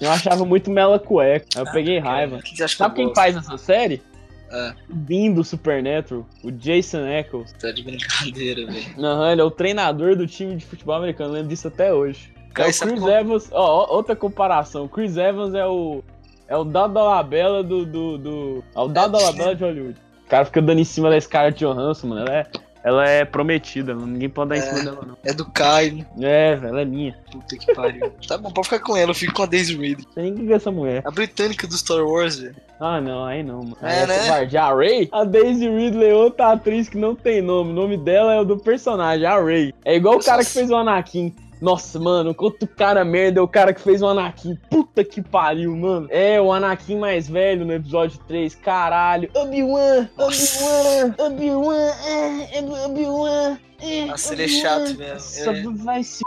Speaker 1: Eu achava muito mela cueca. Aí eu peguei raiva.
Speaker 2: O que você acha que
Speaker 1: Sabe
Speaker 2: eu
Speaker 1: quem
Speaker 2: gosto?
Speaker 1: faz essa série?
Speaker 2: Ah.
Speaker 1: O Dean do Supernatural, o Jason Eccles.
Speaker 2: Tá de brincadeira, velho.
Speaker 1: Aham, ele é o treinador do time de futebol americano, lembro disso até hoje. É
Speaker 2: Cara,
Speaker 1: o
Speaker 2: sabe
Speaker 1: Chris
Speaker 2: qual-
Speaker 1: Evans, ó, ó, outra comparação. O Chris Evans é o. É o Dado Labella do. do, do é o Dado
Speaker 2: É,
Speaker 1: Labella de Hollywood. O cara fica dando em cima da Scarlett Johansson, mano. Ela é, ela é prometida, mano. Ninguém pode dar em cima dela, não.
Speaker 2: É do Caio.
Speaker 1: É, velho, ela é minha.
Speaker 2: Puta que pariu. tá bom, pode ficar com ela, eu fico com a Daisy Ridley.
Speaker 1: Não sei nem quem é essa mulher.
Speaker 2: A britânica do Star Wars, velho.
Speaker 1: Ah, não, aí não, mano.
Speaker 2: É,
Speaker 1: Aí
Speaker 2: né?
Speaker 1: covardia. A Ray? A Daisy Ridley é outra atriz que não tem nome. O nome dela é o do personagem, a Ray. É igual o cara que fez o Anakin. Nossa, mano, outro cara merda é o cara que fez o Anakin. Puta que pariu, mano. É, o Anakin mais velho no episódio 3, caralho. Obi-Wan, Obi-Wan, Obi-Wan, é, é, Obi-Wan. É,
Speaker 2: Nossa, ele é
Speaker 1: Obi-Wan.
Speaker 2: chato mesmo.
Speaker 1: Nossa,
Speaker 2: É.
Speaker 1: vai se...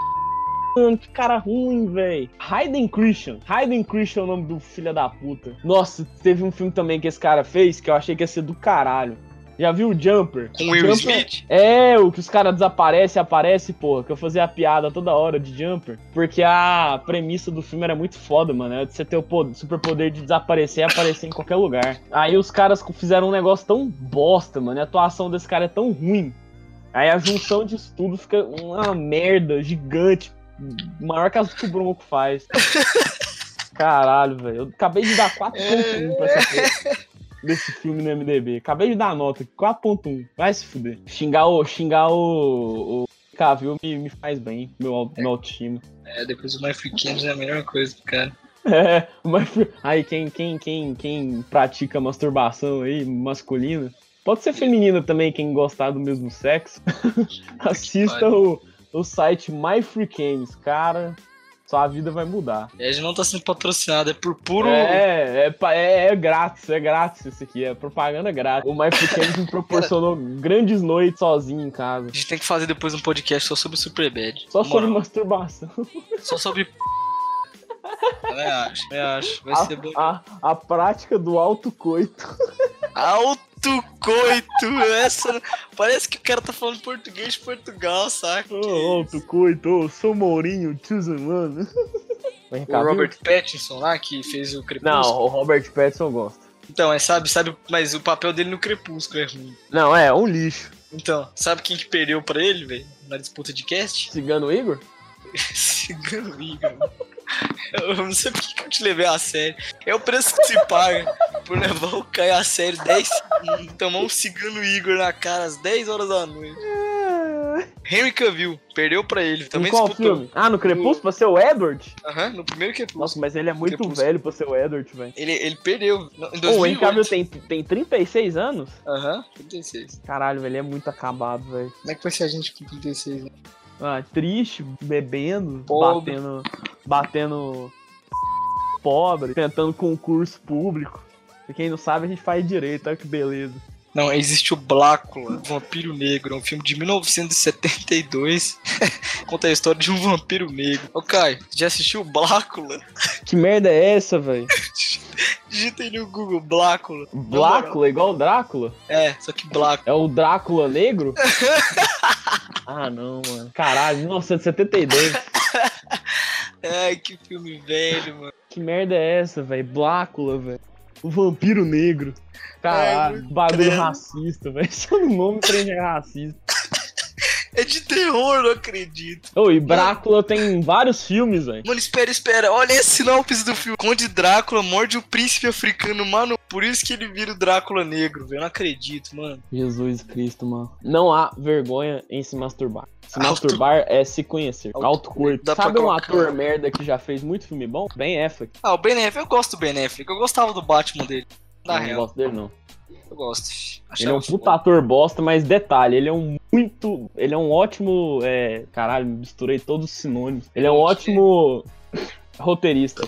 Speaker 1: Mano, que cara ruim, véi. Hayden Christian. Hayden Christian é o nome do filho da puta. Nossa, teve um filme também que esse cara fez que eu achei que ia ser do caralho. Já viu o Jumper?
Speaker 2: Com Will
Speaker 1: Jumper-
Speaker 2: Smith?
Speaker 1: É, o que os caras desaparecem e aparecem, porra. Que eu fazia a piada toda hora de Jumper. Porque a premissa do filme era muito foda, mano. Era de você ter o po- superpoder de desaparecer e aparecer em qualquer lugar. Aí os caras fizeram um negócio tão bosta, mano. E a atuação desse cara é tão ruim. Aí a junção disso tudo fica uma merda gigante. Maior que as que o Bronco faz. Caralho, velho. Eu acabei de dar 4.1 pra essa porra desse filme no MDB. Acabei de dar a nota, 4.1. Vai se fuder. Xingar o. Xingar o. o Cavill me, me faz bem, meu, au- meu autoestima.
Speaker 2: É, depois o My Free Games é a melhor coisa do cara.
Speaker 1: É, mas aí quem, quem, quem, quem pratica masturbação aí, masculina, pode ser feminina também, quem gostar do mesmo sexo, assista o, o site My Free Games, cara, sua vida vai mudar.
Speaker 2: E a gente não tá sendo patrocinado, é por puro.
Speaker 1: É, é, pa- é, é grátis, é grátis isso aqui, é propaganda grátis. O mais pequeno me proporcionou grandes noites sozinho em casa.
Speaker 2: A gente tem que fazer depois um podcast só sobre Superbad.
Speaker 1: Só sobre
Speaker 2: Mano,
Speaker 1: masturbação.
Speaker 2: Só sobre. p***. Também acho, também acho. Vai ser bom.
Speaker 1: A, a, a prática do autocoito.
Speaker 2: Autocoito! Essa. Parece que o cara tá falando português de Portugal, saca?
Speaker 1: Ô, autocoito, ô, sou Mourinho, tiozão, mano.
Speaker 2: O Robert Pattinson lá, que fez o
Speaker 1: Não,
Speaker 2: Crepúsculo.
Speaker 1: o Robert Pattinson gosta.
Speaker 2: Então, é, sabe, sabe, mas o papel dele no Crepúsculo é ruim.
Speaker 1: Não, é, um lixo.
Speaker 2: Então, sabe quem que perdeu pra ele, velho? Na disputa de cast?
Speaker 1: Cigano Igor?
Speaker 2: Cigano Igor. Eu não sei por que que eu te levei a sério. É o preço que se paga por levar o Caio a sério 10 e tomar um cigano Igor na cara às 10 horas da noite.
Speaker 1: É.
Speaker 2: Henry Cavill perdeu pra ele, também
Speaker 1: em qual
Speaker 2: disputou.
Speaker 1: filme? Ah, no Crepúsculo, pra ser o Edward?
Speaker 2: Aham, no primeiro Crepúsculo.
Speaker 1: Nossa, mas ele é muito
Speaker 2: Crepúsculo.
Speaker 1: velho pra ser o Edward, velho.
Speaker 2: Ele, ele perdeu. Em
Speaker 1: Ô, o Henry
Speaker 2: 2008.
Speaker 1: Cavill tem, tem 36 anos?
Speaker 2: Aham, 36.
Speaker 1: Caralho, velho, ele é muito acabado, velho.
Speaker 2: Como é que vai ser a gente com 36, né?
Speaker 1: Ah, triste, bebendo,
Speaker 2: Pobre.
Speaker 1: batendo. Batendo. Pobre, tentando concurso público. E quem não sabe, a gente faz direito, olha que beleza.
Speaker 2: Não, existe o Blácula, Vampiro Negro, é um filme de 1972. Conta a história de um vampiro negro. Ô, Caio, já assistiu o Blácula?
Speaker 1: Que merda é essa, velho?
Speaker 2: Digita aí no Google, Blácula.
Speaker 1: Blácula, igual o Drácula?
Speaker 2: É, só que Blácula.
Speaker 1: É o Drácula negro? ah, não, mano. Caralho, 1972.
Speaker 2: Ai, que filme velho, mano.
Speaker 1: Que merda é essa, velho? Blácula, velho. O vampiro negro. Caralho, bagulho
Speaker 2: credo.
Speaker 1: racista, velho. Só no nome trem já é racista.
Speaker 2: É de terror, não acredito.
Speaker 1: Ô, e Brácula tem vários filmes, velho.
Speaker 2: Mano, espera, espera. Olha esse sinopse do filme. Conde Drácula morde o príncipe africano, mano. Por isso que ele vira o Drácula negro, velho. Eu não acredito, mano.
Speaker 1: Jesus Cristo, mano. Não há vergonha em se masturbar. Se
Speaker 2: Auto-
Speaker 1: masturbar é se conhecer.
Speaker 2: Auto-
Speaker 1: Autocoito.
Speaker 2: Dá pra
Speaker 1: Sabe um
Speaker 2: colocar.
Speaker 1: ator merda que já fez muito filme bom? Ben Affleck.
Speaker 2: Ah, o Ben Affleck, eu gosto do Ben Affleck. Eu gostava do Batman dele. Na
Speaker 1: não
Speaker 2: real,
Speaker 1: gosto dele, não.
Speaker 2: eu gosto.
Speaker 1: Ele é um
Speaker 2: Achava
Speaker 1: puta ator bosta, mas detalhe, ele é um muito. Ele é um ótimo. é, caralho, misturei todos os sinônimos. Ele é um ótimo roteirista.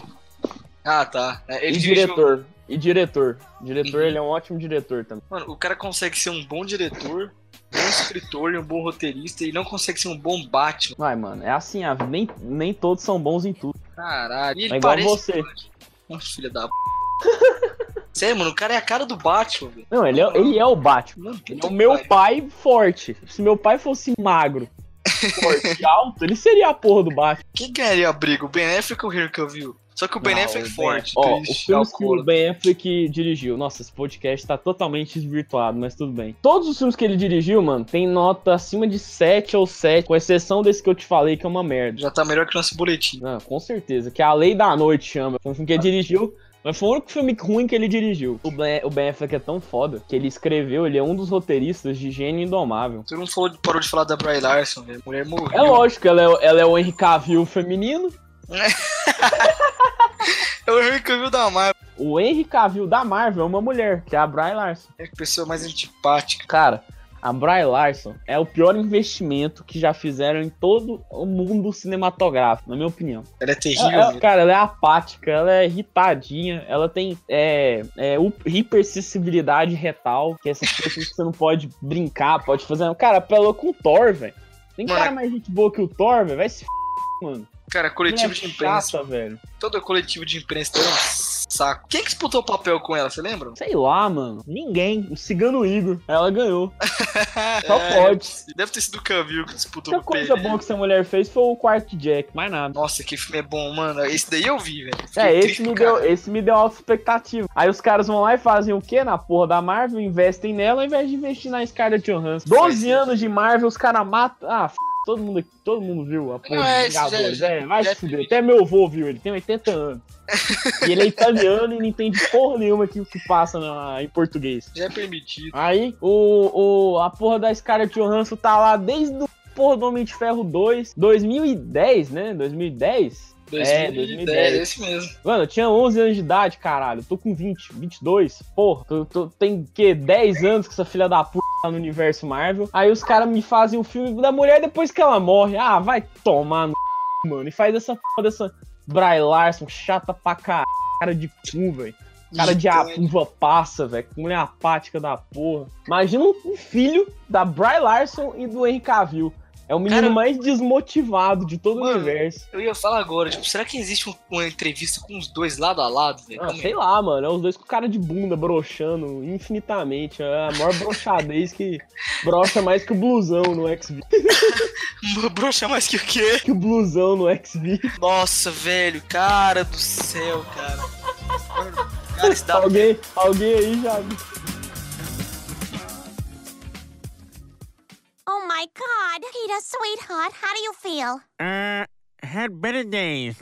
Speaker 2: Ah, tá. É, Ele
Speaker 1: e
Speaker 2: dirigiu-
Speaker 1: Um diretor. E diretor. Diretor,
Speaker 2: Uhum.
Speaker 1: ele é um ótimo diretor também.
Speaker 2: Mano, o cara consegue ser um bom diretor, um bom escritor e um bom roteirista e não consegue ser um bom Batman.
Speaker 1: Vai, mano, é assim, a- nem, nem todos são bons em tudo.
Speaker 2: Caralho. E ele
Speaker 1: É igual
Speaker 2: parece
Speaker 1: você.
Speaker 2: um filho da p. Sério, mano, o cara é a cara do Batman, velho.
Speaker 1: Não, ele é, ele é o Batman.
Speaker 2: Mano,
Speaker 1: Ele é
Speaker 2: puta
Speaker 1: o meu
Speaker 2: que
Speaker 1: pai forte. Se meu pai fosse magro, forte e alto, ele seria a porra do Batman.
Speaker 2: pariu. Quem ganharia a briga? O Ben Affleck ou o Henry Cavill? Só que o Ben
Speaker 1: Não,
Speaker 2: Affleck é
Speaker 1: Ben-
Speaker 2: forte,
Speaker 1: Ó, o filme
Speaker 2: triste,
Speaker 1: que o
Speaker 2: alcoólatra.
Speaker 1: Ben Affleck dirigiu. Nossa, esse podcast tá totalmente desvirtuado, mas tudo bem. Todos os filmes que ele dirigiu, mano, tem nota acima de 7 ou 7, com exceção desse que eu te falei que é uma merda.
Speaker 2: Já tá melhor que nosso boletim.
Speaker 1: Não, com certeza, que é A Lei da Noite chama. Foi um filme que ele dirigiu, mas foi o único filme ruim que ele dirigiu. O Ben, o Ben Affleck é tão foda que ele escreveu, ele é um dos roteiristas de Gênio Indomável.
Speaker 2: Tu não falou, parou de falar da Bry Larson, velho. A mulher morreu.
Speaker 1: É lógico, ela é, o- ela é o Henry Cavill feminino,
Speaker 2: É o Henry Cavill da Marvel.
Speaker 1: o Henry Cavill da Marvel é uma mulher, que é a Bry Larson.
Speaker 2: É a pessoa mais antipática.
Speaker 1: Cara, A Bry Larson é o pior investimento que já fizeram em todo o mundo cinematográfico, na minha opinião.
Speaker 2: Ela
Speaker 1: Ela- ela-
Speaker 2: é terrível.
Speaker 1: cara, ela é apática, ela é irritadinha, ela tem é, é, hu- hipersensibilidade retal, que é essas coisas que você não pode brincar, pode fazer. Cara, apelou com o Thor, velho. Tem
Speaker 2: Mano,
Speaker 1: cara mais gente boa que o Thor, velho. Vai se f, mano.
Speaker 2: Cara, coletivo de
Speaker 1: Moleque
Speaker 2: imprensa.
Speaker 1: chata, velho.
Speaker 2: Todo coletivo de imprensa tem um saco. Quem que disputou o papel com ela, você lembra?
Speaker 1: Sei lá, mano. Ninguém. O cigano Igor. Ela ganhou. Só
Speaker 2: É,
Speaker 1: pode.
Speaker 2: Deve ter sido o Cavill que disputou
Speaker 1: A
Speaker 2: o
Speaker 1: coisa
Speaker 2: papel.
Speaker 1: boa que essa mulher fez foi o quarto Jack, mais nada.
Speaker 2: Nossa, que filme é bom, mano. Esse daí eu vi, velho. Fiquei
Speaker 1: É, esse
Speaker 2: triste,
Speaker 1: me,
Speaker 2: cara.
Speaker 1: deu, esse me deu alta expectativa. Aí os caras vão lá e fazem o que na porra da Marvel? Investem nela ao invés de investir na Scarlett Johansson. 12 anos de Marvel, os caras matam. Ah, f... todo mundo aqui- todo mundo viu a porra
Speaker 2: Não, é,
Speaker 1: dos Vingadores.
Speaker 2: já-
Speaker 1: é, vai
Speaker 2: já-
Speaker 1: se fuder. Até meu avô viu, ele tem 80 anos. e ele é italiano e não entende porra nenhuma que o que passa na- em português.
Speaker 2: Já é permitido.
Speaker 1: Aí o, o, a porra da Scarlett Johansson tá lá desde o porra do Homem de Ferro 2, 2010, né? 2010? É, 2010.
Speaker 2: esse mesmo.
Speaker 1: Mano, eu tinha 11 anos de idade, caralho. Eu Tô com 20, 22. Porra, tô, tô- tem que 10 anos que essa filha da puta tá no universo Marvel. Aí os caras me fazem o filme da mulher depois que ela morre. Ah, vai tomar no c****, mano. E faz essa porra dessa Bry Larson chata pra caralho. Cara de cu, velho. Cara de
Speaker 2: Irritante.
Speaker 1: uva passa, velho. Que Mulher apática da porra. Imagina um filho da Bry Larson e do Henry Cavill. É o menino
Speaker 2: Cara-
Speaker 1: mais desmotivado de todo
Speaker 2: Mano,
Speaker 1: o universo.
Speaker 2: Eu ia falar agora, tipo, será que existe um- uma entrevista com os dois lado a lado, velho?
Speaker 1: Ah,
Speaker 2: Como é?
Speaker 1: sei lá, mano. É os dois com cara de bunda broxando infinitamente. É a maior broxadez que broxa mais que o blusão no XV.
Speaker 2: Broxa é? mais que o quê?
Speaker 1: Que o blusão no XV.
Speaker 2: Nossa, velho, cara do céu, cara. Mano, cara, esse dá...
Speaker 1: Alguém, alguém aí já viu.
Speaker 6: Oh my god, Peter, sweetheart, how do you feel?
Speaker 7: Uh, had better days.